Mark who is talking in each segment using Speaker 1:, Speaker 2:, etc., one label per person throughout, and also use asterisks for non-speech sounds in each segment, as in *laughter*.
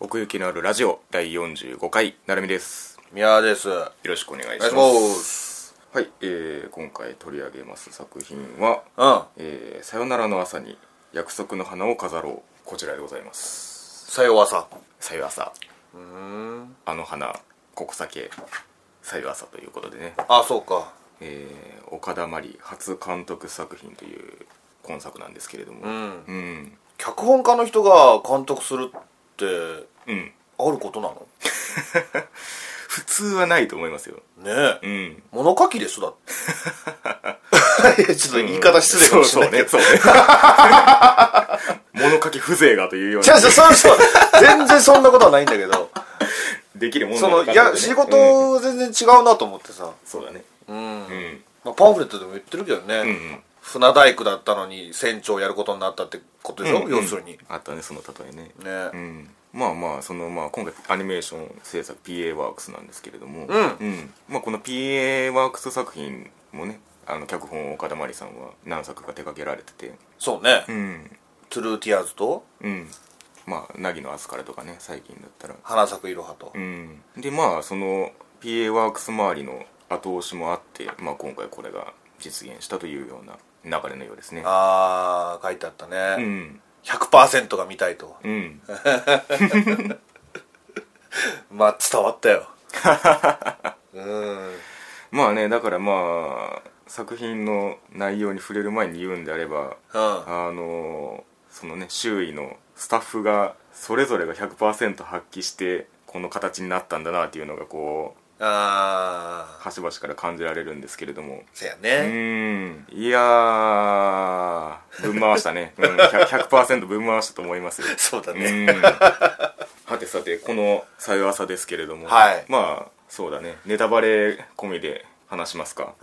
Speaker 1: 奥行きのあるラジオ第45回なるみです
Speaker 2: 宮です。お
Speaker 1: よろしくお願いし
Speaker 2: 願
Speaker 1: ま
Speaker 2: い
Speaker 1: す
Speaker 2: します。
Speaker 1: はい、えー今回取り上げます作品は
Speaker 2: うん。
Speaker 1: 「えーさよならの朝に約束の花を飾ろう」こちらでございます
Speaker 2: さよわさ。
Speaker 1: さよ朝
Speaker 2: うん。
Speaker 1: あの花ここ酒さよ朝ということでね、
Speaker 2: あ、そうか。
Speaker 1: えー岡田真理初監督作品という今作なんですけれど
Speaker 2: う
Speaker 1: も
Speaker 2: ん。
Speaker 1: うん
Speaker 2: 脚本家の人が監督するって、
Speaker 1: うん
Speaker 2: あることなの
Speaker 1: 普通はないと思いますよ
Speaker 2: ね
Speaker 1: う
Speaker 2: え。
Speaker 1: ん
Speaker 2: 物書きですだって。 *laughs* いやちょっと言い方失礼かもしれないけど。
Speaker 1: そうそうね
Speaker 2: *laughs*
Speaker 1: そうね物書き風情がというよう
Speaker 2: 違う違
Speaker 1: な
Speaker 2: う、そうそう。全然そんなことはないんだけど。
Speaker 1: できるもんな
Speaker 2: そ
Speaker 1: の
Speaker 2: の、
Speaker 1: かな
Speaker 2: い
Speaker 1: と
Speaker 2: や、
Speaker 1: ね
Speaker 2: 仕
Speaker 1: うん
Speaker 2: 事全然違うなと思ってさ。
Speaker 1: そうだね
Speaker 2: うん。
Speaker 1: うん
Speaker 2: まあ、パンフレットでも言ってるけどね、
Speaker 1: ん
Speaker 2: 船大工だったのに船長やることになったってことでしょ、
Speaker 1: うん
Speaker 2: 要するにね、
Speaker 1: あったねその例えねうんまあまあそのまあ今回アニメーション制作 PA ワークスなんですけれども、
Speaker 2: うん
Speaker 1: まあ、この PA ワークス作品もねあの脚本を岡田真理さんは何作か手掛けられてて
Speaker 2: そうね、
Speaker 1: うん
Speaker 2: トゥルーティアーズと
Speaker 1: うんまあ凪のアスカルとかね最近だったら
Speaker 2: 花咲くいろはと、
Speaker 1: うんでまあその PA ワークス周りの後押しもあって、まあ、今回これが実現したというような流れのようですね
Speaker 2: ああ書いてあった
Speaker 1: う
Speaker 2: ね、
Speaker 1: ん
Speaker 2: 100%が見たいと
Speaker 1: うん
Speaker 2: まあ伝わったようん
Speaker 1: まあねだからまあ作品の内容に触れる前に言うんであれば
Speaker 2: うん
Speaker 1: あのそのね周囲のスタッフがそれぞれが100%発揮してこの形になったんだなっていうのがこう
Speaker 2: ああ
Speaker 1: 端々から感じられるんですけれども
Speaker 2: せや
Speaker 1: う
Speaker 2: ね、
Speaker 1: ーんいやーぶん回したね、うん、100%, 100%ぶん回したと思いますよ
Speaker 2: そうだ
Speaker 1: うん
Speaker 2: ね、
Speaker 1: はてさてこの「さよ朝」ですけれども、
Speaker 2: はい
Speaker 1: まあそうだねネタバレ込みで話しますか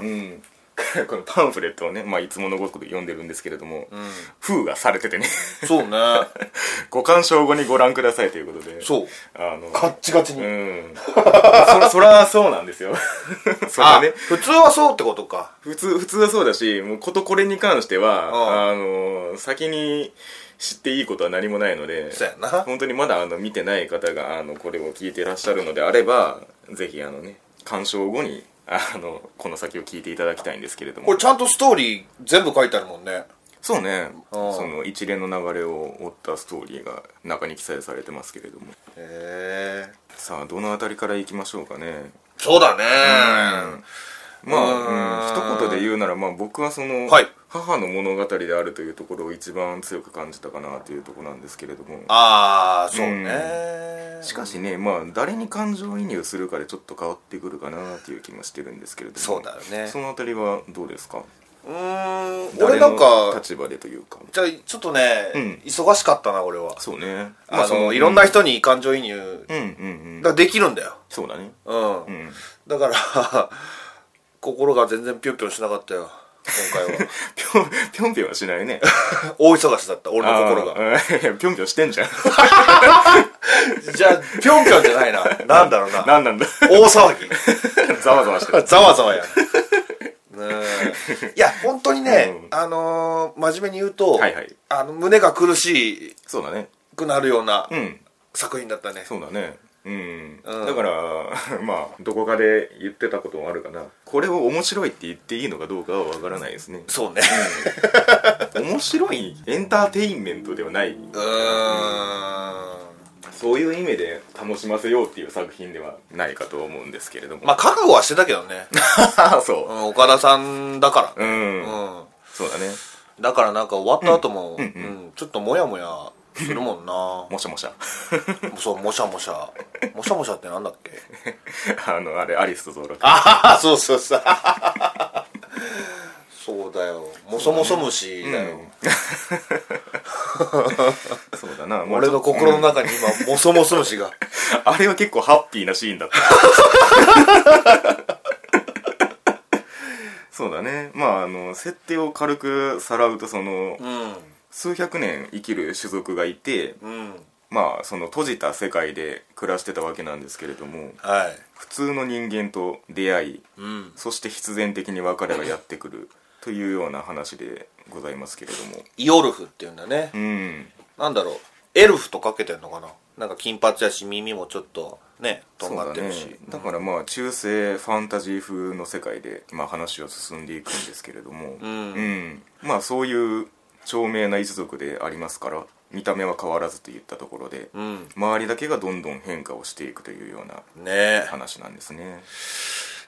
Speaker 2: うん、
Speaker 1: うん *laughs* このパンフレットをね、まあ、いつものごとく読んでるんですけれども、
Speaker 2: うん
Speaker 1: 封がされててね *laughs*
Speaker 2: そうね
Speaker 1: ご鑑賞後にご覧くださいということで
Speaker 2: そう
Speaker 1: あの
Speaker 2: ガッチガチ
Speaker 1: う
Speaker 2: に、
Speaker 1: んそそらそうなんですよ *laughs* そら
Speaker 2: あ
Speaker 1: ね
Speaker 2: 普通はそうってことか
Speaker 1: 普通普通はそうだしもうことこれに関しては
Speaker 2: あ
Speaker 1: あの先に知っていいことは何もないので
Speaker 2: そうやな
Speaker 1: 本当にまだあの見てない方があのこれを聞いてらっしゃるのであればぜひあのね鑑賞後にあのこの先を聞いていただきたいんですけれど
Speaker 2: こ
Speaker 1: も
Speaker 2: れちゃんとストーリー全部書いてあるもんね
Speaker 1: そうね
Speaker 2: うん
Speaker 1: その一連の流れを追ったストーリーが中に記載されてますけれども
Speaker 2: へえ
Speaker 1: さあどのあたりからいきましょうかね
Speaker 2: そうだね
Speaker 1: ま
Speaker 2: う
Speaker 1: あ、
Speaker 2: ー
Speaker 1: うん、
Speaker 2: ん
Speaker 1: 一言で言うなら、まあ、僕はその、
Speaker 2: はい
Speaker 1: 母の物語であるというところを一番強く感じたかなというところなんですけれども
Speaker 2: ああそうね、
Speaker 1: しかしね、まあ、誰に感情移入するかでちょっと変わってくるかなという気もしてるんですけれども
Speaker 2: そうだよね
Speaker 1: そのあたりはどうですか
Speaker 2: うーん
Speaker 1: 誰
Speaker 2: 俺
Speaker 1: の
Speaker 2: なんか
Speaker 1: 立場でというか
Speaker 2: じゃあちょっとね、
Speaker 1: うん
Speaker 2: 忙しかったな俺は
Speaker 1: そうね
Speaker 2: あのいろん
Speaker 1: な
Speaker 2: な人に感情移入
Speaker 1: うんうんうん
Speaker 2: ができるんだよ
Speaker 1: そうだ
Speaker 2: *laughs*
Speaker 1: ね
Speaker 2: うん、
Speaker 1: うん
Speaker 2: だから *laughs* 心が全然ぴょんぴょんしなかったよ今回
Speaker 1: ぴょんぴょんぴょんはしないね
Speaker 2: は大忙しだった俺の
Speaker 1: *laughs*
Speaker 2: 心が
Speaker 1: あーいやぴょんぴょんして
Speaker 2: *laughs*
Speaker 1: んじゃん
Speaker 2: じゃあぴょんぴょんじゃ
Speaker 1: *laughs*
Speaker 2: ないななんだろうな
Speaker 1: なんなんだ
Speaker 2: 大騒
Speaker 1: *laughs*
Speaker 2: ぎ
Speaker 1: ざわざわして
Speaker 2: *laughs*
Speaker 1: る
Speaker 2: ざわざわやねえいや本当にね、
Speaker 1: う
Speaker 2: あのー真面目に言うと、
Speaker 1: はいはい
Speaker 2: あの胸が苦し
Speaker 1: そうだね
Speaker 2: くなるような
Speaker 1: うん
Speaker 2: 作品だったね、
Speaker 1: そうだねうん、
Speaker 2: うん
Speaker 1: だから *laughs* まあどこかで言ってたこともあるかなこれを面白いって言っていいのかどうかはわからないです
Speaker 2: *laughs*
Speaker 1: ね
Speaker 2: そうね
Speaker 1: 面白いエンターテインメントではないう
Speaker 2: ーん
Speaker 1: そういう意味で楽しませようっていう作品ではないかと思うんですけれども
Speaker 2: まあ覚悟はしてたけどね、
Speaker 1: あ
Speaker 2: う
Speaker 1: *laughs* そ
Speaker 2: ん、岡田さんだか
Speaker 1: うう
Speaker 2: ら、
Speaker 1: ん、
Speaker 2: うん
Speaker 1: そうだね
Speaker 2: だからなんか終わった後も、う
Speaker 1: うんう
Speaker 2: ん
Speaker 1: ん
Speaker 2: ちょっとモヤモヤするもんな
Speaker 1: もしゃもし *laughs* ゃ
Speaker 2: そうもしゃもしゃもしゃもしゃってなんだっけ
Speaker 1: あのあれアリスとゾロあ
Speaker 2: ああそうそうそうそうだよもそもそ虫だよ、
Speaker 1: そうだな
Speaker 2: 俺の心の中に今もそもそ虫が
Speaker 1: *laughs* あれは結構ハッピーなシーンだった。 *laughs* そうだね。まあ、あの、設定を軽くさらうと、その、
Speaker 2: うん
Speaker 1: 数百年生きる種族がいて、
Speaker 2: うん
Speaker 1: まあ、その閉じた世界で暮らしてたわけなんですけれども、
Speaker 2: はい
Speaker 1: 普通の人間と出会い、
Speaker 2: うん
Speaker 1: そして必然的に別れがやってくる、というような話でございますけれども。
Speaker 2: イオルフっていうんだね
Speaker 1: うん。
Speaker 2: なんだろうエルフとかけてんのかななんか金髪やし耳もちょっとねとんがってるし、
Speaker 1: そうだね、だからまあ中世ファンタジー風の世界で、まあ、話は進んでいくんですけれども、
Speaker 2: ん
Speaker 1: うんまあそういう著名な一族でありますから見た目は変わらずといったところで、
Speaker 2: うん
Speaker 1: 周りだけがどんどん変化をしていくというような
Speaker 2: ねえ
Speaker 1: 話なんですね。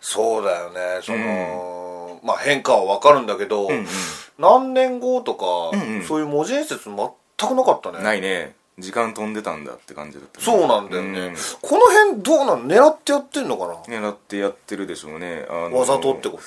Speaker 2: そうだよねその、まあ変化はわかるんだけど、
Speaker 1: うんうん
Speaker 2: 何年後とか、
Speaker 1: んうん
Speaker 2: そういう文字演説全くなかったね
Speaker 1: ないね時間飛んでたんだって感じだったね、
Speaker 2: そうなんだよね、
Speaker 1: うん
Speaker 2: この辺どうなの狙ってやってんのかな、
Speaker 1: 狙ってやってるでしょうねあの
Speaker 2: わざとってこと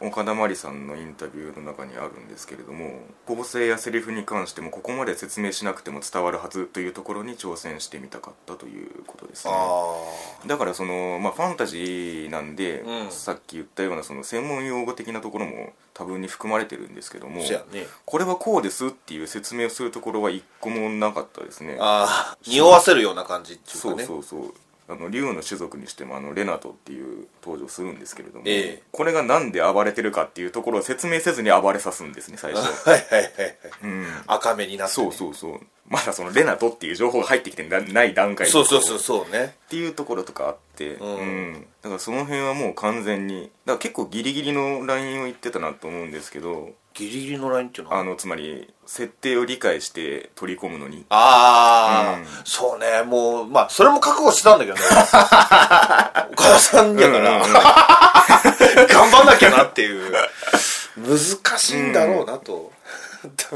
Speaker 1: 岡田真理さんのインタビューの中にあるんですけれども構成やセリフに関してもここまで説明しなくても伝わるはずというところに挑戦してみたかったということですね
Speaker 2: あ
Speaker 1: だからその、まあ、ファンタジーなんで、
Speaker 2: うん
Speaker 1: さっき言ったようなその専門用語的なところも多分に含まれてるんですけど
Speaker 2: あ
Speaker 1: も
Speaker 2: そやね
Speaker 1: これはこうですっていう説明をするところは一個もなかったですね
Speaker 2: ああ匂わせるような感じっていうかね
Speaker 1: そうそうそうあの竜の種族にしてもあのレナトっていう登場するんですけれども、
Speaker 2: ええ
Speaker 1: これがなんで暴れてるかっていうところを説明せずに暴れさすんですね最初、
Speaker 2: はいはいはいはい
Speaker 1: うん、
Speaker 2: 赤目になって、
Speaker 1: そう
Speaker 2: ね、
Speaker 1: そうそうまだそのレナトっていう情報が入ってきてなない段階
Speaker 2: そうそうそう
Speaker 1: っ
Speaker 2: そうね
Speaker 1: ていうところとかあって、
Speaker 2: うん
Speaker 1: だからその辺はもう完全にだから結構ギリギリのラインを言ってたなと思うんですけど
Speaker 2: ギリギリのラインっていうのは
Speaker 1: あのつまり設定を理解して取り込むのに
Speaker 2: ああ、
Speaker 1: う
Speaker 2: そうねもうまあそれも覚悟してたん
Speaker 1: *laughs*
Speaker 2: だけどね岡田さんやから、
Speaker 1: うんうんうん
Speaker 2: *laughs* 頑張んなきゃなっていう難しいんだろうなと、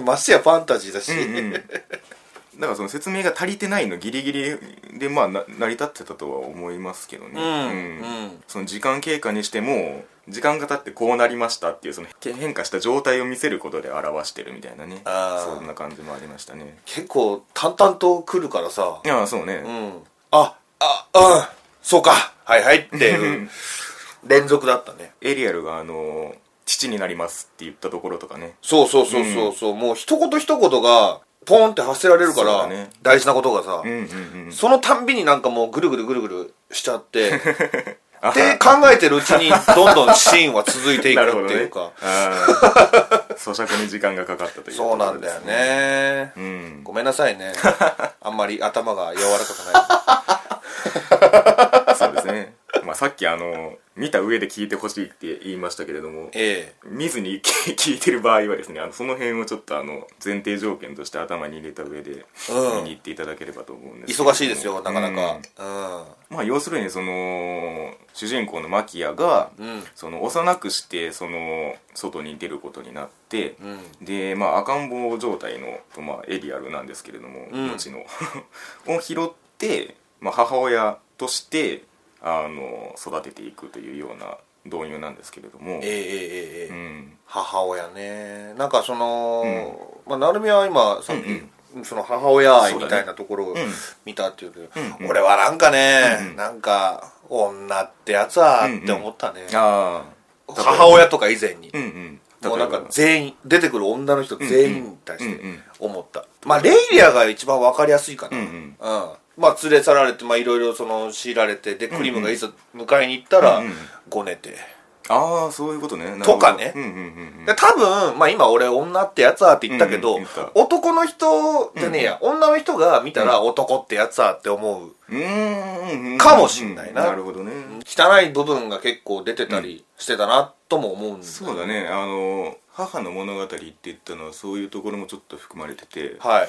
Speaker 2: ましてやファンタジーだし、
Speaker 1: うんうんだからその説明が足りてないのギリギリでまあな成り立ってたとは思いますけどね、
Speaker 2: うんうん
Speaker 1: その時間経過にしても時間が経ってこうなりましたっていうその変化した状態を見せることで表してるみたいなね
Speaker 2: あー
Speaker 1: そんな感じもありましたね
Speaker 2: 結構淡々と来るからさ
Speaker 1: いやそうね、
Speaker 2: うんああうんそうかはいはいっていう連続だったね
Speaker 1: エリアルがあの父になりますって言ったところとかね
Speaker 2: そうそうそうそうそう、もう一言一言がポンって発せられるか
Speaker 1: そう
Speaker 2: ら、
Speaker 1: だね
Speaker 2: 大事なことがさ、
Speaker 1: うんうんうん
Speaker 2: そのたんびになんかもうぐるぐるぐるぐるしちゃって *laughs*
Speaker 1: あ
Speaker 2: で考えてるうちにどんどんシーンは続いていく
Speaker 1: な
Speaker 2: っ
Speaker 1: るほど
Speaker 2: ていう
Speaker 1: ね
Speaker 2: *laughs* か、
Speaker 1: あー咀嚼に時間がかかったというとこ
Speaker 2: そう
Speaker 1: ろ
Speaker 2: なん
Speaker 1: で
Speaker 2: だ
Speaker 1: す
Speaker 2: よね、
Speaker 1: うん
Speaker 2: ごめんなさいね *laughs* あんまり頭が柔らかくない
Speaker 1: そうですね。まあさっきあの、見た上で聞いてほしいって言いましたけれども、
Speaker 2: ええ
Speaker 1: 見ずに聞聞い *laughs* てる場合はですね、あのその辺をちょっとあの、前提条件として頭に入れた上で、
Speaker 2: うん
Speaker 1: 見に行っていただければと思うんですけれども
Speaker 2: 忙しいですよなか
Speaker 1: う
Speaker 2: なか
Speaker 1: んまあ要するにその、主人公のマキアが、
Speaker 2: うんうん
Speaker 1: その幼くしてその外に出ることになって、
Speaker 2: うん
Speaker 1: でまあ赤ん坊状態の、まあ、エリアルなんですけれども、
Speaker 2: うん
Speaker 1: 後の *laughs* を拾って、まあ、母親としてあの育てていくというような導入なんですけれども
Speaker 2: ええええええ
Speaker 1: うん
Speaker 2: 母親ねなんかその、まあ、成美は今さっき、その母親愛みたいなところを
Speaker 1: そうだね
Speaker 2: 見たっていうけど、
Speaker 1: うんうん
Speaker 2: 俺はなんかね、
Speaker 1: うんうん
Speaker 2: なんか女ってやつはって思ったね、
Speaker 1: ああ
Speaker 2: 母親とか以前に、
Speaker 1: うんうん
Speaker 2: もうなんか
Speaker 1: 例えば
Speaker 2: 全員出てくる女の人全員に対し
Speaker 1: うんうんうんう
Speaker 2: て
Speaker 1: ん
Speaker 2: 思った、まあレイリアが一番わかりやすいかな
Speaker 1: うん
Speaker 2: まあ連れ去られてまあいろいろその強いられてでクリムがいざ迎えに行ったら、
Speaker 1: うんうん
Speaker 2: ごねて
Speaker 1: ああそういうことねなるほど
Speaker 2: とかね
Speaker 1: うんうんうんうん
Speaker 2: で多分まあ今俺女ってやつはって言ったけど、
Speaker 1: うんうん言った
Speaker 2: 男の人じゃねえや、女の人が見たら男ってやつはって思う
Speaker 1: うーんうんうん
Speaker 2: かもしんないな
Speaker 1: なるほどね
Speaker 2: 汚い部分が結構出てたりしてたなとも思うんだ
Speaker 1: そうだねあの母の物語って言ったのはそういうところもちょっと含まれてて
Speaker 2: はい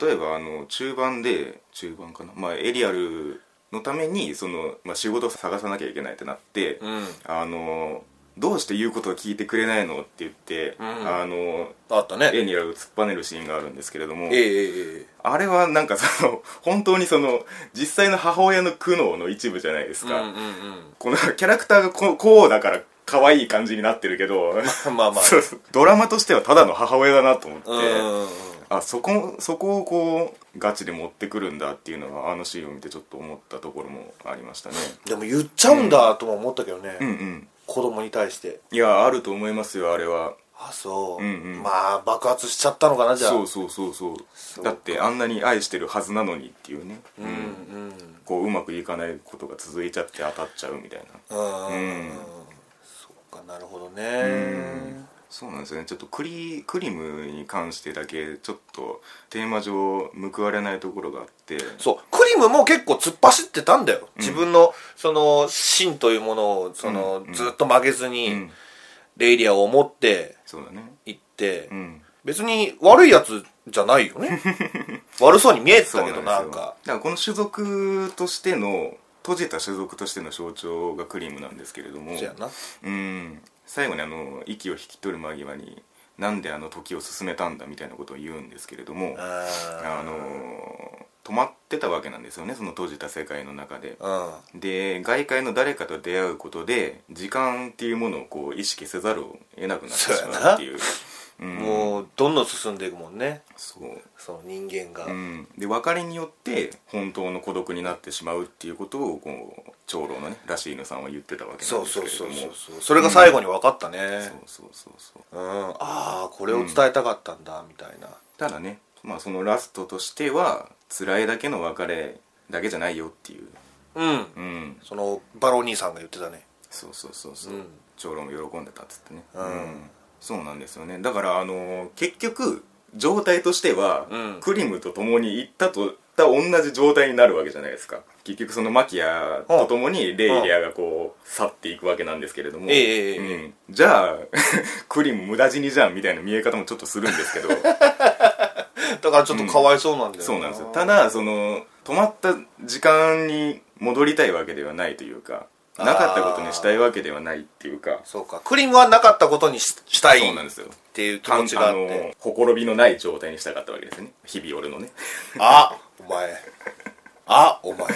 Speaker 1: 例えばあの中盤で中盤かな、まあ、エリアルのためにその、まあ、仕事を探さなきゃいけないってなって、
Speaker 2: うん
Speaker 1: あのどうして言うことを聞いてくれないのって言って、
Speaker 2: ん
Speaker 1: あの
Speaker 2: あったね
Speaker 1: エリアルを突っぱねるシーンがあるんですけれども
Speaker 2: ええええええ
Speaker 1: あれはなんかその本当にその実際の母親の苦悩の一部じゃないです
Speaker 2: うん
Speaker 1: か、
Speaker 2: うんうん
Speaker 1: このキャラクターがこうこうだから可愛い感じになってるけど、
Speaker 2: まあまあ
Speaker 1: *laughs* そうそうドラマとしてはただの母親だなと思って、
Speaker 2: うんうんうん
Speaker 1: あそこそこをこうガチで持ってくるんだっていうのはあのシーンを見てちょっと思ったところもありましたね
Speaker 2: でも言っちゃうんだとも思ったけどね、
Speaker 1: うんうん
Speaker 2: 子供に対して
Speaker 1: いやあると思いますよあれは
Speaker 2: あそう、
Speaker 1: うんうん
Speaker 2: まあ爆発しちゃったのかなじゃあ
Speaker 1: そうそうそうそう
Speaker 2: そうか
Speaker 1: だってあんなに愛してるはずなのにっていうね、う
Speaker 2: うん
Speaker 1: んこううまくいかないことが続いちゃって当たっちゃうみたいな
Speaker 2: うんうんうん、
Speaker 1: うん
Speaker 2: そっかなるほどね
Speaker 1: そうなんですよねちょっとクリクリムに関してだけちょっとテーマ上報われないところがあって
Speaker 2: そうクリムも結構突っ走ってたんだよ、自分のその芯というものをその、
Speaker 1: うんうん
Speaker 2: ずっと曲げずに、
Speaker 1: うん
Speaker 2: レイリアを持って
Speaker 1: そうだね
Speaker 2: 行って、
Speaker 1: うん
Speaker 2: 別に悪いやつじゃないよ
Speaker 1: *laughs*
Speaker 2: ね悪そうに見えてたけど
Speaker 1: ですよ
Speaker 2: なんか
Speaker 1: だからこの種族としての閉じた種族としての象徴がクリームなんですけれども
Speaker 2: そうやな
Speaker 1: うん最後にあの息を引き取る間際に「なんであの時を進めたんだ」みたいなことを言うんですけれどもあの止まってたわけなんですよねその閉じた世界の中で。
Speaker 2: の
Speaker 1: で外界の誰かと出会うことで時間っていうものをこう意識せざるを得なくなってしまうっていう。う
Speaker 2: うん
Speaker 1: ん、
Speaker 2: もうどんどん進んでいくもんね
Speaker 1: そう
Speaker 2: その人間が、
Speaker 1: うん、で別れによって本当の孤独になってしまうっていうことをこう長老のねラシーヌさんは言ってたわけなん
Speaker 2: そう
Speaker 1: です
Speaker 2: そ
Speaker 1: け
Speaker 2: う
Speaker 1: れど
Speaker 2: そう
Speaker 1: も
Speaker 2: そうそうそれが最後に分かったね
Speaker 1: そうそうそうそう
Speaker 2: うん、ああこれを伝えたかったんだ、みたいな
Speaker 1: ただね、まあ、そのラストとしては辛いだけの別れだけじゃないよっていう
Speaker 2: うん
Speaker 1: うん
Speaker 2: そのバロ兄さんが言ってたね *laughs*
Speaker 1: そうそうそうそう、
Speaker 2: うん
Speaker 1: 長老も喜んでたっつってね
Speaker 2: うん
Speaker 1: そうなんですよねだからあの結局状態としては、
Speaker 2: うん
Speaker 1: クリムと共に行ったとた同じ状態になるわけじゃないですか結局そのマキアと共にレイリアがこう去っていくわけなんですけれども、
Speaker 2: ええええ
Speaker 1: うん、じゃあ *laughs* クリム無駄死にじゃんみたいな見え方もちょっとするんですけ
Speaker 2: *laughs*
Speaker 1: ど
Speaker 2: だからちょっとかわいそうなんだよな、
Speaker 1: そうなんですよただその止まった時間に戻りたいわけではないというかなかったことにしたいわけではないっていうか
Speaker 2: そうかクリムはなかったことにししたい
Speaker 1: そうなん
Speaker 2: っ
Speaker 1: ですよ
Speaker 2: ていう気持ちがあって、
Speaker 1: のほころびのない状態にしたかったわけですね日々俺のね
Speaker 2: あお前あ
Speaker 1: *laughs*
Speaker 2: お前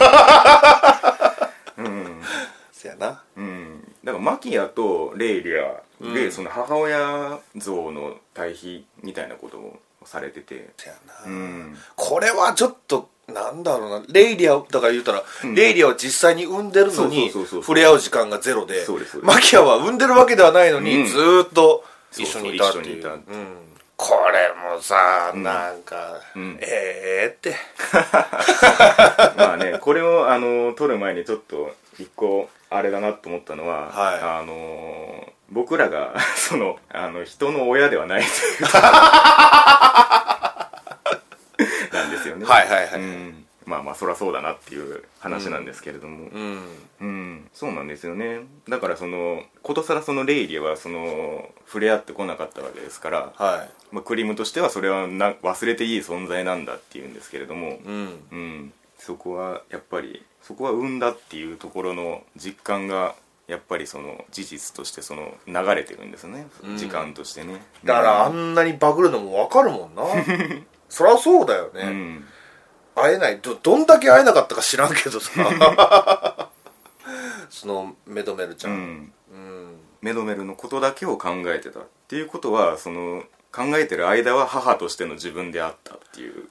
Speaker 2: *laughs* せやな
Speaker 1: うんだからマキアとレイリアで、
Speaker 2: うん
Speaker 1: その母親像の対比みたいなことをされてて
Speaker 2: せやな、
Speaker 1: うん
Speaker 2: これはちょっとなんだろうなレイリアをだから言うたら、レイリアを実際に産んでる
Speaker 1: そ
Speaker 2: のに
Speaker 1: うそうそうそう
Speaker 2: 触れ合う時間がゼロで
Speaker 1: そうですそうです
Speaker 2: マキアは産んでるわけではないのに、
Speaker 1: うん
Speaker 2: ずーっと一緒にいたって
Speaker 1: そうそう一緒にい
Speaker 2: い
Speaker 1: うた
Speaker 2: うんこれもさなんか、
Speaker 1: ん
Speaker 2: ええって
Speaker 1: まあ
Speaker 2: *laughs*
Speaker 1: ねこれをあの撮る前にちょっと一個あれだなと思ったのは、
Speaker 2: はい
Speaker 1: あのー僕らが *laughs* そのあの人の親ではないという
Speaker 2: *laughs*
Speaker 1: なんですよね
Speaker 2: はいはいは
Speaker 1: う
Speaker 2: い
Speaker 1: んまあまあそりゃそうだなっていう話なんですけれども、
Speaker 2: うん
Speaker 1: うん、そうなんですよねだからそのことさらそのレイリーはその触れ合ってこなかったわけですから、
Speaker 2: は
Speaker 1: まあ、クリムとしてはそれはな忘れていい存在なんだっていうんですけれども
Speaker 2: い、うん
Speaker 1: うん、そこはやっぱりそこは生んだっていうところの実感がやっぱりその事実としてその流れてるんですね、
Speaker 2: ん
Speaker 1: 時間としてね
Speaker 2: だからあんなにバグるのもわかるも
Speaker 1: *laughs*
Speaker 2: んなそりゃそうだよね、
Speaker 1: うん、
Speaker 2: 会えないどどんだけ会えなかったか知らんけどさ
Speaker 1: *laughs*
Speaker 2: そのメドメルち
Speaker 1: う
Speaker 2: ゃん、
Speaker 1: ん、
Speaker 2: うん
Speaker 1: メドメルのことだけを考えてたっていうことはその考えてる間は母としての自分であったっていう
Speaker 2: はい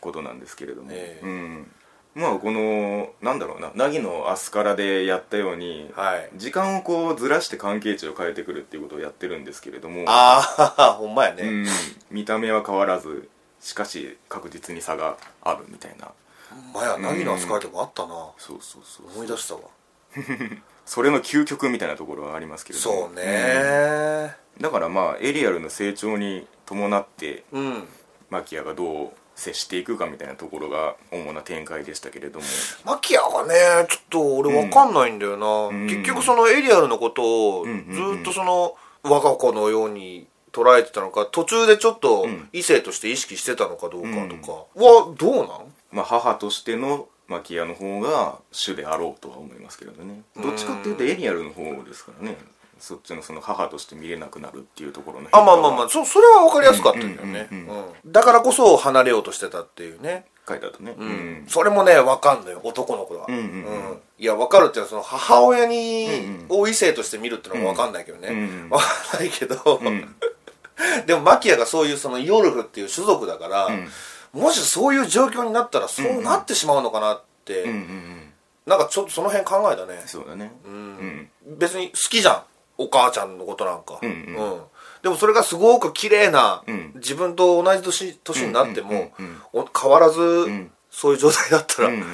Speaker 1: ことなんですけれども、
Speaker 2: ええ
Speaker 1: うん、まあこのなんだろうな凪のアスカラでやったように、
Speaker 2: はい
Speaker 1: 時間をこうずらして関係値を変えてくるっていうことをやってるんですけれども
Speaker 2: ああ *laughs* ほんまやね、
Speaker 1: うん、見た目は変わらずしかし確実に差があるみたいな
Speaker 2: ほんまや凪の扱いとかあったな、
Speaker 1: そうそうそう
Speaker 2: 思い出したわ
Speaker 1: それの究極みたいなところはありますけれども
Speaker 2: そうね
Speaker 1: だからまあエリアルの成長に伴って
Speaker 2: うん、
Speaker 1: マキアがどう接していくかみたいなところが主な展開でしたけれども
Speaker 2: マキアがねちょっと俺わかんないんだよな、
Speaker 1: うん
Speaker 2: 結局そのエリアルのことをず
Speaker 1: んうんうん
Speaker 2: ーっとその我が子のように捉えてたのか途中でちょっと
Speaker 1: ん
Speaker 2: 異性として意識してたのかどうかとかはどうなん
Speaker 1: まあ、母としてのマキアの方が主であろうとは思いますけれどねどっちかっていうとエリアルの方ですからねそっちのその母として見れなくなるっていうところの
Speaker 2: あまあまあまあそそれは分かりやすかったんだよね、
Speaker 1: う
Speaker 2: うん
Speaker 1: うん
Speaker 2: ん
Speaker 1: う
Speaker 2: だからこそ離れようとしてたっていうね、
Speaker 1: 書いてあったねう
Speaker 2: うん
Speaker 1: ん
Speaker 2: それもね分かんのよ男の子は、
Speaker 1: うんうんうん
Speaker 2: いや分かるっていうのはその母親に、
Speaker 1: う
Speaker 2: を異性として見るってのは分かんないけどね、
Speaker 1: う
Speaker 2: わ
Speaker 1: んうん
Speaker 2: 分かんないけど、 *laughs* でもマキアがそういうそのヨルフっていう種族だから、もしそういう状況になったらそうなってしまうのかなって、
Speaker 1: うんうんうん
Speaker 2: なんかちょっとその辺考えたね
Speaker 1: そうだねうん
Speaker 2: 別に好きじゃんお母ちゃんのことなんか、
Speaker 1: うんうん
Speaker 2: でもそれがすごく綺麗な、
Speaker 1: うん
Speaker 2: 自分と同じ年年になっても、
Speaker 1: うんうんうん
Speaker 2: お変わらず、
Speaker 1: ん
Speaker 2: そういう状態だったら、
Speaker 1: うんうん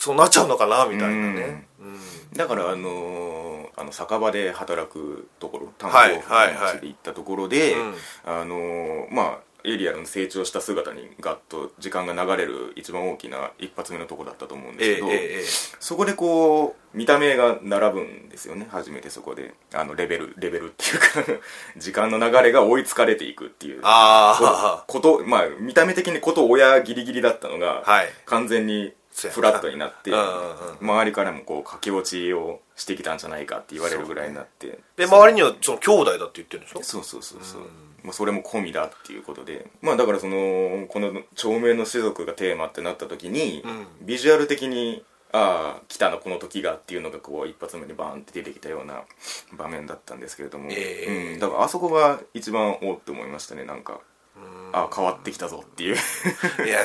Speaker 2: そうなっちゃうのかなみたいなね、うん
Speaker 1: だからあのーあの酒場で働くところ炭鉱
Speaker 2: はい
Speaker 1: 夫婦の
Speaker 2: はいはい
Speaker 1: 町で行ったところで、
Speaker 2: うん
Speaker 1: あのーまあエリアの成長した姿にガッと時間が流れる一番大きな一発目のとこだったと思うんですけど、
Speaker 2: え
Speaker 1: そこでこう見た目が並ぶんですよね初めてそこであのレベルレベルっていうか *laughs* 時間の流れが追いつかれていくっていう
Speaker 2: あ
Speaker 1: ことまあ見た目的にこと親ギリギリだったのが、
Speaker 2: あはい
Speaker 1: 完全にフラットになって
Speaker 2: そうやなうんうん
Speaker 1: 周りからもこう駆け落ちをしてきたんじゃないかって言われるぐらいになって
Speaker 2: で周りにはその兄弟だって言ってるんでしょ
Speaker 1: そうそうそうそう、まあ、それも込みだっていうことでまあだからそのこの「長命の種族」がテーマってなった時に、
Speaker 2: う
Speaker 1: ビジュアル的にああ来たなこの時がっていうのがこう一発目にバーンって出てきたような場面だったんですけれども、
Speaker 2: ええ
Speaker 1: うん、だからあそこが一番おって思いましたねなんかああ変わってきたぞっていう
Speaker 2: いや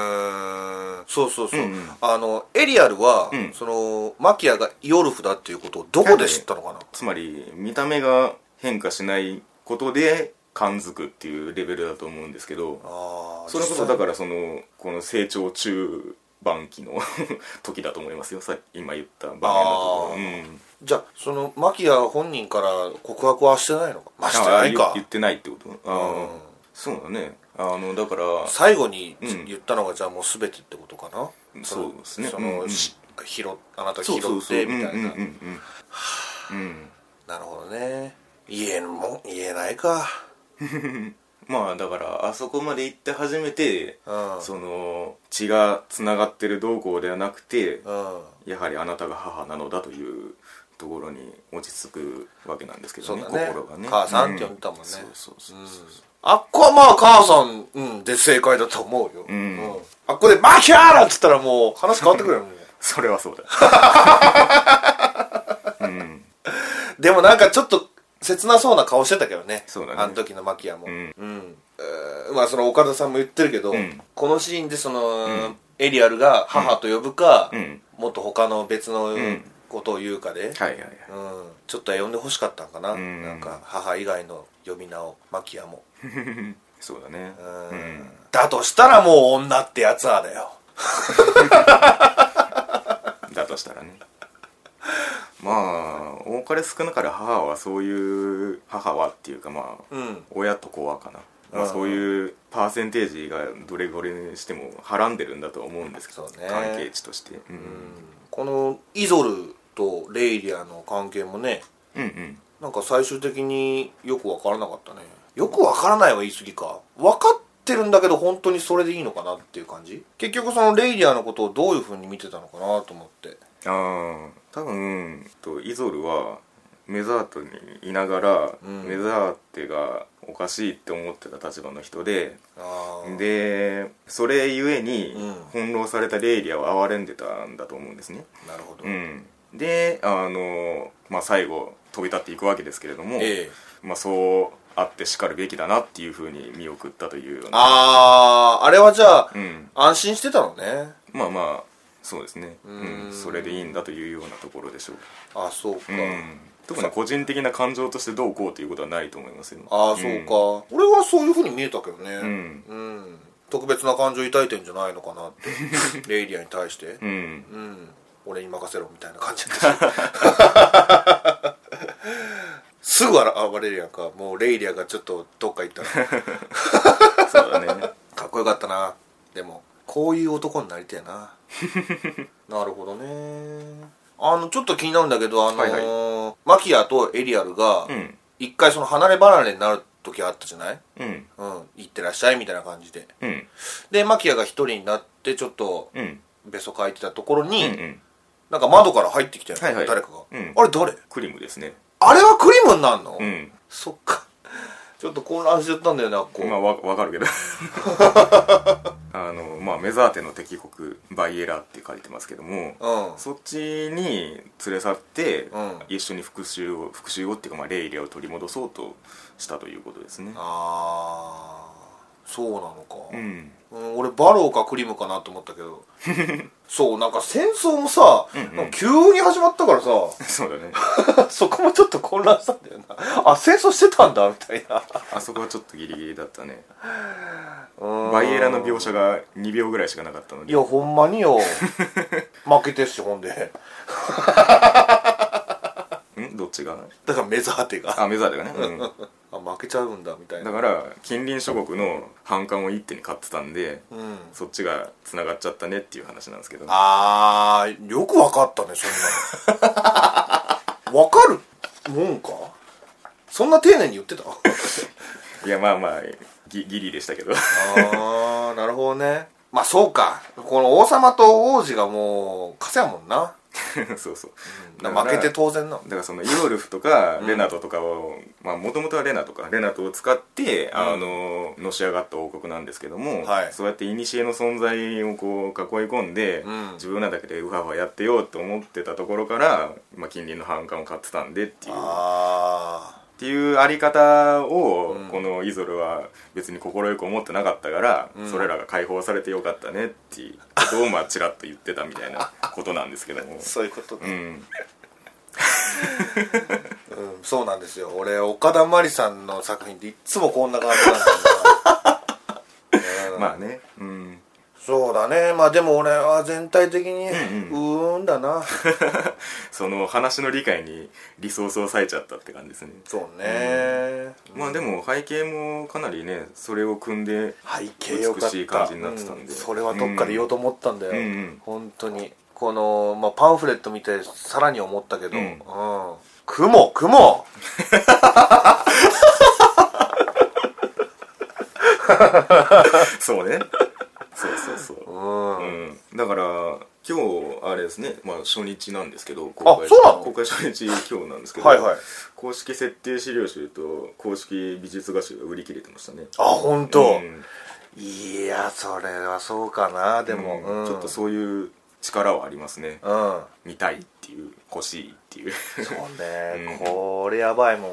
Speaker 2: ーそうそうそう、
Speaker 1: うんうん
Speaker 2: あのエリアルは、
Speaker 1: ん
Speaker 2: そのマキアがイオルフだっていうことをどこで知ったのかな、
Speaker 1: つまり見た目が変化しないことで感づくっていうレベルだと思うんですけど
Speaker 2: ああ
Speaker 1: それこそだからそのこの成長中盤期の *laughs* 時だと思いますよさ今言った場面のところ
Speaker 2: あ
Speaker 1: う
Speaker 2: ー
Speaker 1: ん
Speaker 2: じゃあそのマキア本人から告白はしてないのかまあしてない
Speaker 1: あ
Speaker 2: か
Speaker 1: 言言ってないってことああ、そうだねあのだから
Speaker 2: 最後に
Speaker 1: うん
Speaker 2: 言ったのがじゃあもう全てってことかな、の
Speaker 1: そうですね
Speaker 2: そ
Speaker 1: うんう
Speaker 2: の、
Speaker 1: ん
Speaker 2: し拾っあなた拾
Speaker 1: そうそう
Speaker 2: っ
Speaker 1: そう
Speaker 2: て
Speaker 1: うんうんう
Speaker 2: み
Speaker 1: ん
Speaker 2: たいな、
Speaker 1: うんうん
Speaker 2: なるほどね言えんもん言えないか
Speaker 1: まあだからあそこまで行って初めて
Speaker 2: うん
Speaker 1: その血がつながってる動向ではなくて、
Speaker 2: うん
Speaker 1: やはりあなたが母なのだというところに落ち着くわけなんですけどね
Speaker 2: そうだね
Speaker 1: 心がね
Speaker 2: 母さんって呼んでたもんね
Speaker 1: そうそうそうそう
Speaker 2: あっこはまあ母さん、うん、で正解だと思うよ、
Speaker 1: ん
Speaker 2: あっこで「マキアーラ!」っつったらもう話変わってくるよね
Speaker 1: それは
Speaker 2: *laughs*
Speaker 1: そうだうん
Speaker 2: でもなんかちょっと切なそうな顔してたけどね
Speaker 1: そうだね
Speaker 2: あの時のマキアも
Speaker 1: う、ん
Speaker 2: うんえーまあその岡田さんも言ってるけど、
Speaker 1: うん
Speaker 2: このシーンでその、エリアルが母と呼ぶか、
Speaker 1: うん
Speaker 2: もっと他の別の
Speaker 1: ん
Speaker 2: ことを言うかで、
Speaker 1: はいはいはい
Speaker 2: うんちょっとは呼んでほしかったんかな、
Speaker 1: ん
Speaker 2: なんか母以外の呼び名をマキアも、
Speaker 1: そうだねう
Speaker 2: うん
Speaker 1: ん
Speaker 2: だとしたらもう女ってやつはだよ
Speaker 1: だとしたらねまあ多かれ少なかれ母はそういう母はっていうかまあ
Speaker 2: うん
Speaker 1: 親と子はかなまあ、
Speaker 2: うん
Speaker 1: そういうパーセンテージがどれぐらいにしてもはらんでるんだとは思うんですけど、
Speaker 2: そうね
Speaker 1: 関係値として、うん
Speaker 2: このイゾルとレイリアの関係もね
Speaker 1: うんうん
Speaker 2: なんか最終的によく分からなかったねよく分からないは言い過ぎか分かってるんだけど本当にそれでいいのかなっていう感じ結局そのレイリアのことをどういうふうに見てたのかなと思って
Speaker 1: ああ多分とイゾルはメザートにいながら、
Speaker 2: ん
Speaker 1: メザーテがおかしいって思ってた立場の人で、
Speaker 2: あー
Speaker 1: でそれゆえに
Speaker 2: うん
Speaker 1: 翻弄されたレイリアを憐れんでたんだと思うんですね、
Speaker 2: なるほど、
Speaker 1: うん、であの、まあ、最後飛び立っていくわけですけれども、
Speaker 2: ええ
Speaker 1: まあ、そうあってしかるべきだなっていうふうに見送ったというような
Speaker 2: あああれはじゃあ、
Speaker 1: うん、
Speaker 2: 安心してたのね
Speaker 1: まあまあそうですね、うん
Speaker 2: うーん
Speaker 1: それでいいんだというようなところでしょう
Speaker 2: あそうか、
Speaker 1: 特に個人的な感情としてどうこうということはないと思いますよ
Speaker 2: ああそうか、俺はそういうふうに見えたけどね
Speaker 1: ん
Speaker 2: うん特別な感情抱いてんじゃないのかなって *laughs* レイリアに対して
Speaker 1: うん、うん
Speaker 2: うん、俺に任せろみたいな感じだったし *laughs* すぐあら暴れるやんかもうレイリアがちょっとどっか行っ
Speaker 1: *laughs*
Speaker 2: たら
Speaker 1: そうだね
Speaker 2: かっこよかったなでもこういう男になりてえな *laughs* なるほどねあのちょっと気になるんだけどあのー
Speaker 1: はい
Speaker 2: マキアとエリアルが
Speaker 1: うん
Speaker 2: 一回その離れ離れになる時あったじゃない
Speaker 1: うん
Speaker 2: うん行ってらっしゃいみたいな感じで
Speaker 1: うん
Speaker 2: でマキアが一人になってちょっと
Speaker 1: うん
Speaker 2: べそかいてたところに、
Speaker 1: うんうん
Speaker 2: なんか窓から入ってきたよ、ね
Speaker 1: はいはい
Speaker 2: 誰かが、
Speaker 1: うん
Speaker 2: あれ誰
Speaker 1: クリームですね
Speaker 2: あれはクリームになるの、
Speaker 1: うん
Speaker 2: そっかちょっと混乱しちゃったんだよねあっこ、
Speaker 1: まあわわかるけど *laughs* あのまあメザーテの敵国バイエラって書いてますけども
Speaker 2: うん
Speaker 1: そっちに連れ去って、
Speaker 2: うん
Speaker 1: 一緒に復讐を復讐をっていうか、まあ、レイリアを取り戻そうとしたということですね
Speaker 2: あーそうなのか、
Speaker 1: うん *laughs*
Speaker 2: うん俺バローかクリームかなと思ったけ *laughs* どそうなんか戦争もさ、なんか急に始まったからさ
Speaker 1: そうだね
Speaker 2: *laughs* そこもちょっと混乱したんだよなあ戦争してたんだみたいな
Speaker 1: あそこはちょっとギリギリだったね
Speaker 2: うん
Speaker 1: バイエラの描写が2秒ぐらいしかなかったの
Speaker 2: い
Speaker 1: で
Speaker 2: やほ *laughs* んまによ負けてっしほんで
Speaker 1: んどっちが
Speaker 2: だから目障りが
Speaker 1: あメザーだよね、うん、
Speaker 2: あ負けちゃうんだみたい
Speaker 1: だ
Speaker 2: な
Speaker 1: から近隣諸国の反感を一手に買ってたんで
Speaker 2: うん
Speaker 1: そっちがつながっちゃったねっていう話なんですけど
Speaker 2: あーよくわかったねそんなの *laughs* わかるもんかそんな丁寧に言ってた
Speaker 1: いやまあまあぎギリでしたけど *laughs*
Speaker 2: あーなるほどねまあそうかこの王様と王子がもう稼やもんな
Speaker 1: そうそう
Speaker 2: だから負けて当然なの
Speaker 1: だからそのイオルフとかレナトとかをまあもともとはレナとかレナトを使ってあののし上がった王国なんですけども、
Speaker 2: はい
Speaker 1: そうやって古の存在をこう囲い込んで、
Speaker 2: うん
Speaker 1: 自分らだけでウハウハやってようと思ってたところから、まあ、近隣の反感を買ってたんでっていう
Speaker 2: あ
Speaker 1: っていうあり方を、
Speaker 2: うん
Speaker 1: このイゾルは別に快く思ってなかったから、
Speaker 2: うん
Speaker 1: それらが解放されてよかったねっていうことをまあちらっと言ってたみたいなことなんですけ
Speaker 2: *laughs*
Speaker 1: ども
Speaker 2: あそういうこと
Speaker 1: う
Speaker 2: ね
Speaker 1: ん
Speaker 2: うん、そうなんですよ俺岡田真理さんの作品っていっつもこんな感じなんだ *laughs* よな、うん
Speaker 1: まあねうん
Speaker 2: そうだねまあでも俺は全体的に
Speaker 1: う
Speaker 2: うーん
Speaker 1: *laughs*
Speaker 2: だな
Speaker 1: その話の理解にリソースを割いちゃったって感じですね
Speaker 2: そうね、
Speaker 1: まあでも背景もかなりねそれを組ん
Speaker 2: *laughs*
Speaker 1: で
Speaker 2: 背景よかった
Speaker 1: 美しい感じになってたんで
Speaker 2: うそれはどっから言おうと思ったんだよ、
Speaker 1: うんうん
Speaker 2: 本当にこの、まあ、パンフレット見てさらに思ったけど、う
Speaker 1: うんん
Speaker 2: 雲雲
Speaker 1: そうね *laughs* そうそうそう、
Speaker 2: うん、
Speaker 1: うん、だから今日あれですね、まあ、初日なんですけど公
Speaker 2: あそうなの
Speaker 1: 公開初日今日なんですけど
Speaker 2: はいはい
Speaker 1: 公式設定資料集と公式美術画集が売り切れてましたね
Speaker 2: あ本当、
Speaker 1: ん
Speaker 2: いやそれはそうかなでも、
Speaker 1: うん
Speaker 2: うん
Speaker 1: ちょっとそういう力はありますね
Speaker 2: うん
Speaker 1: 見たいっていう欲しいっていう
Speaker 2: そうね、
Speaker 1: うん
Speaker 2: これやばいもん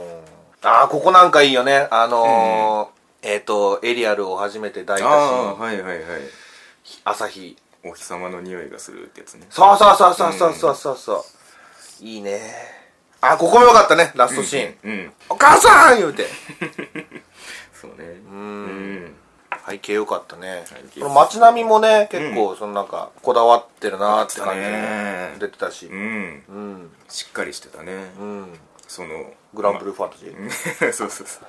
Speaker 2: ああここなんかいいよねあのーえっ、とエリアルを初めて抱いた
Speaker 1: *laughs*
Speaker 2: し
Speaker 1: ああはいはいはい
Speaker 2: 朝日
Speaker 1: お日様の匂いがするってやつね
Speaker 2: そうそうそうそうそうそうそうそう、いいねあここもよかったねラストシーン、
Speaker 1: うん、うん、
Speaker 2: お母さん言うて
Speaker 1: そうねうんん
Speaker 2: 背景よかったね
Speaker 1: 景
Speaker 2: この街並みもね結構そのなんかこだわってるなーって感じ
Speaker 1: ね
Speaker 2: 出てたし
Speaker 1: うん
Speaker 2: うん
Speaker 1: しっかりしてたね、
Speaker 2: うん
Speaker 1: その
Speaker 2: グランプルファンタジー、
Speaker 1: ま *laughs* そうそうそ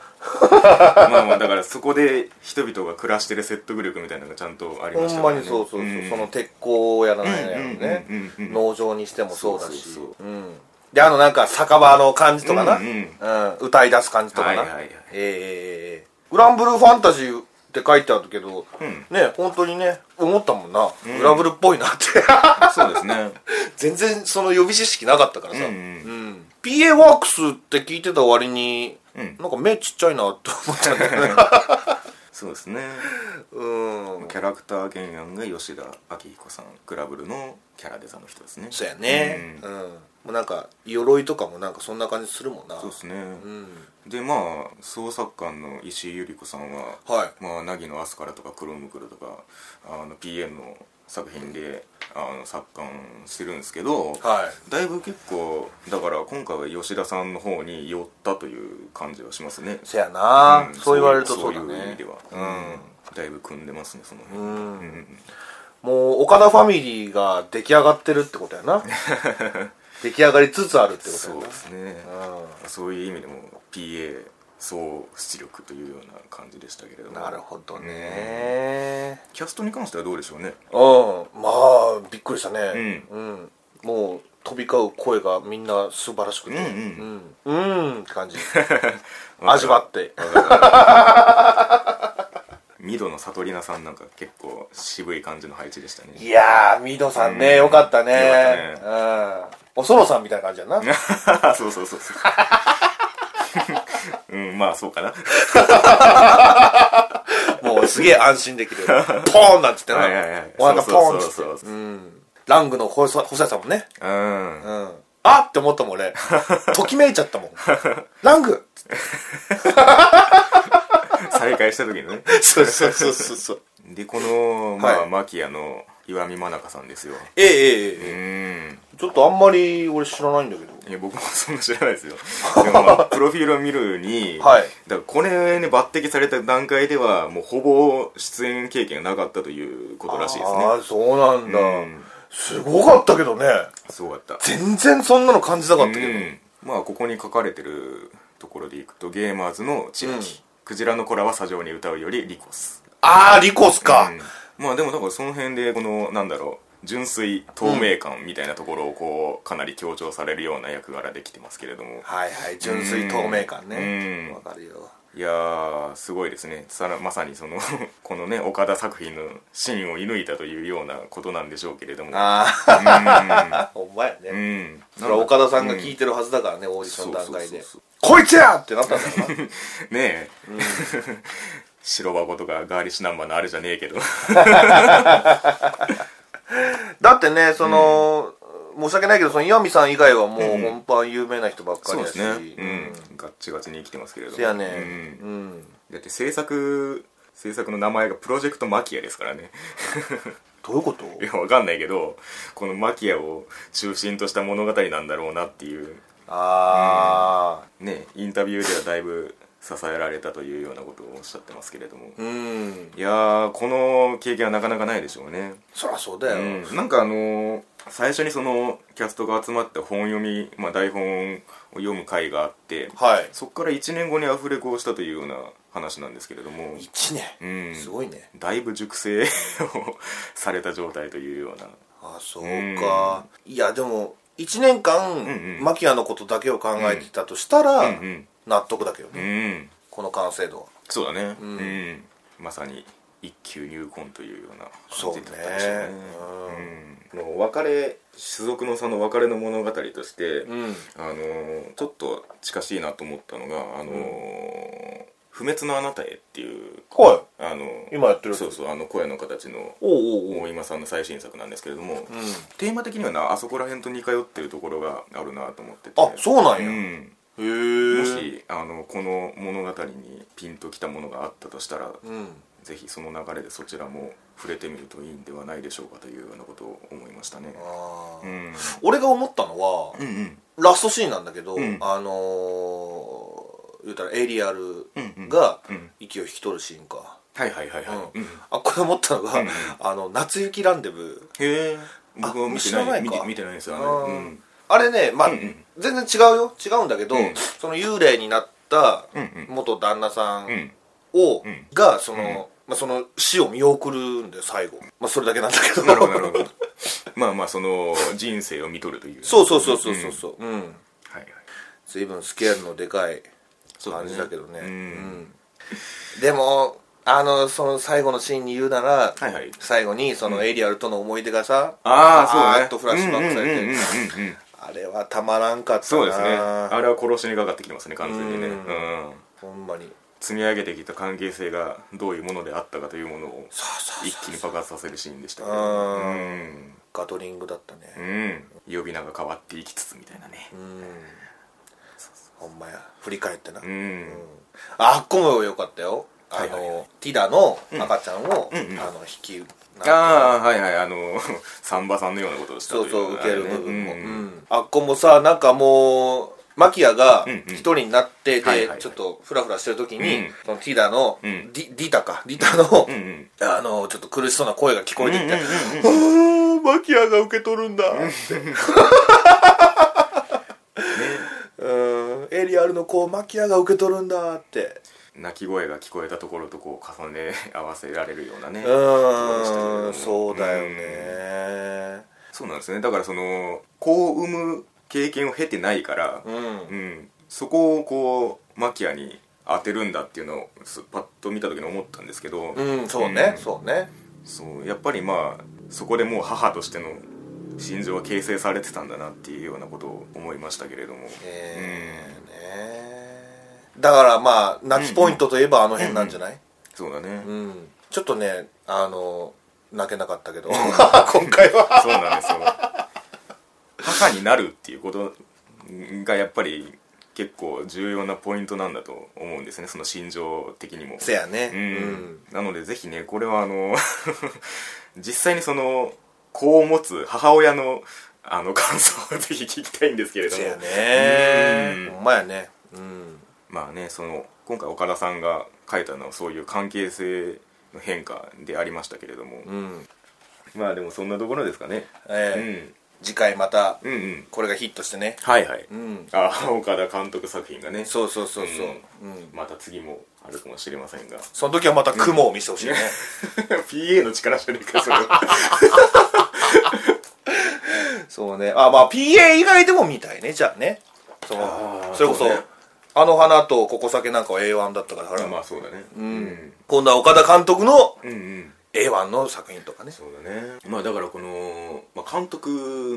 Speaker 1: うまあまあだからそこで人々が暮らしてる説得力みたいなのがちゃんとありました
Speaker 2: ほんまにそうそうそう、その鉄鋼やらないやらね、
Speaker 1: うんうんうんうんうん
Speaker 2: 農場にしてもそうだし
Speaker 1: そうそうそ
Speaker 2: うん、であのなんか酒場の感じとかな、う
Speaker 1: うんん
Speaker 2: 歌い出す感じとかな、
Speaker 1: はいはいはい
Speaker 2: ええグランブルーファンタジーって書いてあるけど、
Speaker 1: ん
Speaker 2: ね本当にね思ったもんな、グラブルっぽいなって *laughs*
Speaker 1: そうですね
Speaker 2: 全然その予備知識なかったからさ、
Speaker 1: うんうん
Speaker 2: ん PA ワークスって聞いてた割に、
Speaker 1: うん
Speaker 2: なんか目ちっちゃいなって思ったんだよね
Speaker 1: *laughs* そうですね
Speaker 2: うん
Speaker 1: キャラクター原案が吉田明彦さんグラブルのキャラデザの人ですね
Speaker 2: そうやねう、
Speaker 1: うん
Speaker 2: もうなんか鎧とかもなんかそんな感じするもんな
Speaker 1: そうですね、
Speaker 2: うん
Speaker 1: でまあ創作官の石井ゆり子さんは、
Speaker 2: はい
Speaker 1: まあ、凪のアスカラとかクロムクルとかあの PM の作品であの作家をしてるんですけど、
Speaker 2: は
Speaker 1: だいぶ結構だから今回は吉田さんの方に寄ったという感じはしますね
Speaker 2: いせやな、
Speaker 1: ん
Speaker 2: そう言われるとそうだ
Speaker 1: そういう意
Speaker 2: ね
Speaker 1: 味では、うん、だいぶ組んでますねその辺、
Speaker 2: うん
Speaker 1: うん
Speaker 2: もう岡田ファミリーが出来上がってるってことや
Speaker 1: *laughs*
Speaker 2: な出来上がりつつあるってことや
Speaker 1: そう
Speaker 2: な
Speaker 1: ですね、
Speaker 2: う
Speaker 1: そういう意味でも PA 総出力というような感じでしたけれど
Speaker 2: ん
Speaker 1: も
Speaker 2: なるほどね
Speaker 1: キャストに関してはどうでしょうね
Speaker 2: うんまあびっくりしたねうん、もう飛び交う声がみんな素晴らしくて
Speaker 1: うん
Speaker 2: うん、うんって感じ
Speaker 1: *laughs*
Speaker 2: 味わって
Speaker 1: ミドの悟りなさんなんか結構渋い感じの配置でしたね
Speaker 2: いやー、ミドさんね、
Speaker 1: うん
Speaker 2: よかったね。
Speaker 1: よ
Speaker 2: うん。おそろさんみたいな感じやな。
Speaker 1: *laughs* そうそうそうそううん *laughs* まあそうかな
Speaker 2: もうすげえ安心でき
Speaker 1: *laughs*
Speaker 2: る。ポーンなんつってな
Speaker 1: はいはいはい。
Speaker 2: お腹ポーンっつ
Speaker 1: そうそう
Speaker 2: っ
Speaker 1: そうそ
Speaker 2: て。
Speaker 1: う
Speaker 2: うん。ラングの細細谷さんもね。
Speaker 1: うん
Speaker 2: うん。あって思ったもん
Speaker 1: *laughs*
Speaker 2: 俺。ときめいちゃったもん。ラング
Speaker 1: 再会した時のね
Speaker 2: そうそうそうそうそう。
Speaker 1: でこのま
Speaker 2: は
Speaker 1: あ
Speaker 2: い
Speaker 1: マキアの岩見真中さんですよ
Speaker 2: ええええ
Speaker 1: うん
Speaker 2: ええ。ちょっとあんまり俺知らないんだけど。
Speaker 1: いや僕もそんな知らない
Speaker 2: *laughs*
Speaker 1: ですよでも、まあ、プロフィールを見るに、
Speaker 2: はい
Speaker 1: だからこれに抜擢された段階ではもうほぼ出演経験がなかったということらしいですね
Speaker 2: ああ、そうなんだ
Speaker 1: うん。
Speaker 2: すごかったけどね。
Speaker 1: すごかった
Speaker 2: 全然そんなの感じなかったけど。
Speaker 1: うんまあここに書かれてるところでいくとゲーマーズの地域、クジラの子らは砂上に歌うよりリコス
Speaker 2: ああリコスか、
Speaker 1: うんまあでもだからその辺でこのなんだろう純粋透明感みたいなところをこうかなり強調されるような役柄できてますけれども、
Speaker 2: はいはい純粋透明感ね
Speaker 1: うん
Speaker 2: わかるよ
Speaker 1: いやーすごいですねさらまさにその *laughs* このね岡田作品の芯を射抜いたというようなことなんでしょうけれども
Speaker 2: ああ *laughs* ほんまやね、
Speaker 1: うんうん
Speaker 2: それは岡田さんが聞いてるはずだからね、オーディション段階
Speaker 1: そう
Speaker 2: で
Speaker 1: そう
Speaker 2: 「こいつや!」ってなったんだろうな
Speaker 1: ねえ、 *laughs* 白箱とかガーリッシュナンバーのあれじゃねえけど
Speaker 2: だってねその、申し訳ないけどその岩見さん以外はもう本番有名な人ばっかりだし、
Speaker 1: うん、ガッチガチに生きてますけれども
Speaker 2: せやね
Speaker 1: う
Speaker 2: うんん、
Speaker 1: だって制作制作の名前がプロジェクトマキアですからね *laughs*
Speaker 2: どういうこと
Speaker 1: いやわかんないけどこのマキアを中心とした物語なんだろうなっていう
Speaker 2: ああ
Speaker 1: ねインタビューではだいぶ支えられたというようなことをおっしゃってますけれども、
Speaker 2: うん、
Speaker 1: いやーこの経験はなかなかないでしょうね
Speaker 2: そりゃそうだよ、
Speaker 1: うん、なんかあのー最初にそのキャストが集まって本読み、まあ、台本を読む会があって
Speaker 2: はい
Speaker 1: そこから1年後にアフレコをしたというような話なんですけれども、
Speaker 2: 1年、
Speaker 1: うん、
Speaker 2: すごいね
Speaker 1: だいぶ熟成を *laughs* された状態というような
Speaker 2: あそうか、いやでも1年間、
Speaker 1: んうん
Speaker 2: マキアのことだけを考えてたとしたら、
Speaker 1: うん
Speaker 2: 納得だけどね、
Speaker 1: うん
Speaker 2: この完成度は
Speaker 1: そうだね、うんまさに一級入魂というような感じだったでしょうね
Speaker 2: そうね
Speaker 1: うんの別れ種族の差の別れの物語として、
Speaker 2: うん
Speaker 1: あのーちょっと近しいなと思ったのが「あのー不滅のあなたへ」っていう、
Speaker 2: は
Speaker 1: あのー
Speaker 2: い今やってる
Speaker 1: そうそうあの声の形の
Speaker 2: おうおうおう
Speaker 1: 大今さんの最新作なんですけれども、
Speaker 2: うん
Speaker 1: テーマ的にはなあそこら辺と似通ってるところがあるなと思ってて
Speaker 2: あそうな
Speaker 1: う
Speaker 2: んや、へ
Speaker 1: ん
Speaker 2: え
Speaker 1: もしあのこの物語にピンときたものがあったとしたら、
Speaker 2: うん
Speaker 1: ぜひその流れでそちらも触れてみるといいんではないでしょうかというようなことを思いましたね。
Speaker 2: あ
Speaker 1: う
Speaker 2: ー
Speaker 1: ん、
Speaker 2: 俺が思ったのは、
Speaker 1: うんうん
Speaker 2: ラストシーンなんだけど、
Speaker 1: うん
Speaker 2: あのー、言うたらエイリアルが
Speaker 1: うんうん
Speaker 2: 息を引き取るシーンか、
Speaker 1: はいはいはいはい。
Speaker 2: う
Speaker 1: うんん
Speaker 2: あこれ思ったのが、
Speaker 1: うん
Speaker 2: あの夏雪ランデブ
Speaker 1: へえ僕は見て
Speaker 2: 知ら
Speaker 1: ない
Speaker 2: ないか
Speaker 1: 見て見てないです
Speaker 2: ー
Speaker 1: よあ
Speaker 2: あ,、
Speaker 1: れ、うん、
Speaker 2: れねまあ、
Speaker 1: うんうん
Speaker 2: 全然違うよ違うんだけど、
Speaker 1: うん
Speaker 2: その幽霊になった
Speaker 1: うんうん
Speaker 2: 元旦那さ
Speaker 1: うんん
Speaker 2: を、
Speaker 1: うん
Speaker 2: がその、
Speaker 1: うん
Speaker 2: まあ、その死を見送るんだよ最後、まあ、それだけなんだけど
Speaker 1: なるほどなるほどまあまあその人生を見とるという
Speaker 2: *laughs* そうそうそうそうそうそううん、
Speaker 1: はいはい
Speaker 2: 随分スケールのでかい感じだけど
Speaker 1: そ
Speaker 2: ね
Speaker 1: うだねうん
Speaker 2: うんでもあのその最後のシーンに言うなら、
Speaker 1: はいはい
Speaker 2: 最後にそのエイリアルとの思い出がさ、
Speaker 1: ああそうだね
Speaker 2: バーッとフラッシュバックされて、
Speaker 1: うんうんうんうんうんうん
Speaker 2: あれはたまらんかったな
Speaker 1: そうですねあれは殺しにかかってきてますね完全にね
Speaker 2: う
Speaker 1: うんん
Speaker 2: ほんまに
Speaker 1: 積み上げてきた関係性がどういうものであったかというものを
Speaker 2: そうそう
Speaker 1: 一気に爆発させるシーンでしたけ
Speaker 2: う
Speaker 1: ど
Speaker 2: ん
Speaker 1: うん
Speaker 2: ガトリングだったね
Speaker 1: うん呼び名が変わっていきつつみたいなね
Speaker 2: うん、ほんまや振り返ってな、
Speaker 1: うん、
Speaker 2: あっこもよかったよあの、
Speaker 1: はいはいは
Speaker 2: ティダの赤ちゃんを、
Speaker 1: んうん
Speaker 2: あの引き
Speaker 1: ああはいはいあの *laughs* サンバさんのようなことをした
Speaker 2: そ
Speaker 1: と
Speaker 2: う
Speaker 1: い
Speaker 2: そう受ける部分も、
Speaker 1: あれ
Speaker 2: う
Speaker 1: ね
Speaker 2: ん
Speaker 1: うん
Speaker 2: あっこもさなんかもうマキアが
Speaker 1: うんうん
Speaker 2: 一人になって、
Speaker 1: はいは
Speaker 2: で、
Speaker 1: いはい
Speaker 2: ちょっとフラフラしてる時に、
Speaker 1: うん
Speaker 2: そのティダの、
Speaker 1: うん
Speaker 2: ディディタかディタの、
Speaker 1: うんうん
Speaker 2: あのちょっと苦しそうな声が聞こえてきて、
Speaker 1: うんうんうんうん
Speaker 2: あーマキアが受け取るんだって、 *laughs* うん、エリアルの子をマキアが受け取るんだって
Speaker 1: 泣き声が聞こえたところとこう重ね合わせられるようなね
Speaker 2: う
Speaker 1: ころでしたけれど
Speaker 2: ん
Speaker 1: も
Speaker 2: そうだよ
Speaker 1: うん
Speaker 2: ね
Speaker 1: そうなんですねだからその子を産む経験を経てないから、
Speaker 2: うん
Speaker 1: うんそこをこうマキアに当てるんだっていうのをすパッと見た時に思ったんですけど、
Speaker 2: うん、そうね、
Speaker 1: うん
Speaker 2: そうね
Speaker 1: そうやっぱりまあそこでもう母としての心情は形成されてたんだなっていうようなことを思いましたけれども、
Speaker 2: え
Speaker 1: うん
Speaker 2: ーねだからまあ夏ポイントといえばあの辺なんじゃない、
Speaker 1: そうだね、
Speaker 2: うんちょっとねあの泣けなかったけど *laughs* 今回は
Speaker 1: そうなんですよ母になるっていうことがやっぱり結構重要なポイントなんだと思うんですねその心情的にも
Speaker 2: せやね
Speaker 1: うん、なのでぜひねこれはあの *laughs* 実際にその子を持つ母親のあの感想をぜひ聞きたいんですけれども
Speaker 2: せやね
Speaker 1: うん
Speaker 2: ほんまやねうん
Speaker 1: まあねその今回岡田さんが書いたのはそういう関係性の変化でありましたけれども、
Speaker 2: うん
Speaker 1: まあでもそんなところですかね
Speaker 2: ええ
Speaker 1: うん
Speaker 2: 次回また
Speaker 1: うんうん
Speaker 2: これがヒットしてね
Speaker 1: はいはい
Speaker 2: うん
Speaker 1: あ岡田監督作品がね
Speaker 2: そうそうそうそううん、
Speaker 1: また次もあるかもしれませんが *laughs*
Speaker 2: その時はまた雲を見せてほしいね
Speaker 1: PA の力じゃねえかそれは
Speaker 2: *laughs* そうねあまあ PA 以外でも見たいねじゃあね
Speaker 1: *laughs*
Speaker 2: そ
Speaker 1: あ
Speaker 2: の
Speaker 1: ー
Speaker 2: それこそ
Speaker 1: そうね
Speaker 2: あの花とここ酒なんかは A1 だったから、
Speaker 1: まあそうだねう
Speaker 2: うん、今度は岡田監督の
Speaker 1: うんうん
Speaker 2: A1 の作品とかね
Speaker 1: そうだねまあだからこの、まあ、監督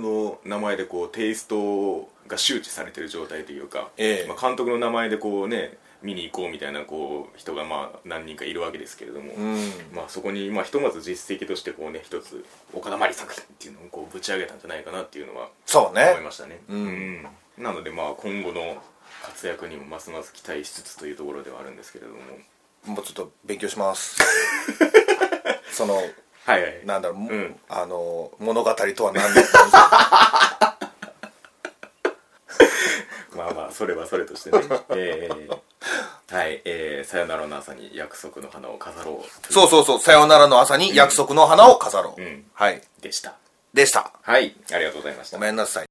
Speaker 1: の名前でこうテイストが周知されてる状態というか、
Speaker 2: ええ
Speaker 1: まあ、監督の名前でこうね見に行こうみたいなこう人がまあ何人かいるわけですけれども、
Speaker 2: うん
Speaker 1: まあ、そこに、まあ、ひとまず実績としてこうね一つ岡田真理作品っていうのをこうぶち上げたんじゃないかなっていうのは
Speaker 2: そうね
Speaker 1: 思いましたね、
Speaker 2: うん
Speaker 1: うんなのでまあ今後の活躍にもますます期待しつつというところではあるんですけれども
Speaker 2: もうちょっと勉強します *laughs* その
Speaker 1: はいはい
Speaker 2: なんだろう、
Speaker 1: ん
Speaker 2: あの物語とは何だった
Speaker 1: まあまあそれはそれとしてねえーはいえーさよならの朝に約束の花を飾ろう
Speaker 2: *laughs* そうそうそうさよならの朝に約束の花を飾ろう、
Speaker 1: うん
Speaker 2: はい
Speaker 1: でした
Speaker 2: でした
Speaker 1: はいありがとうございました
Speaker 2: ごめんなさい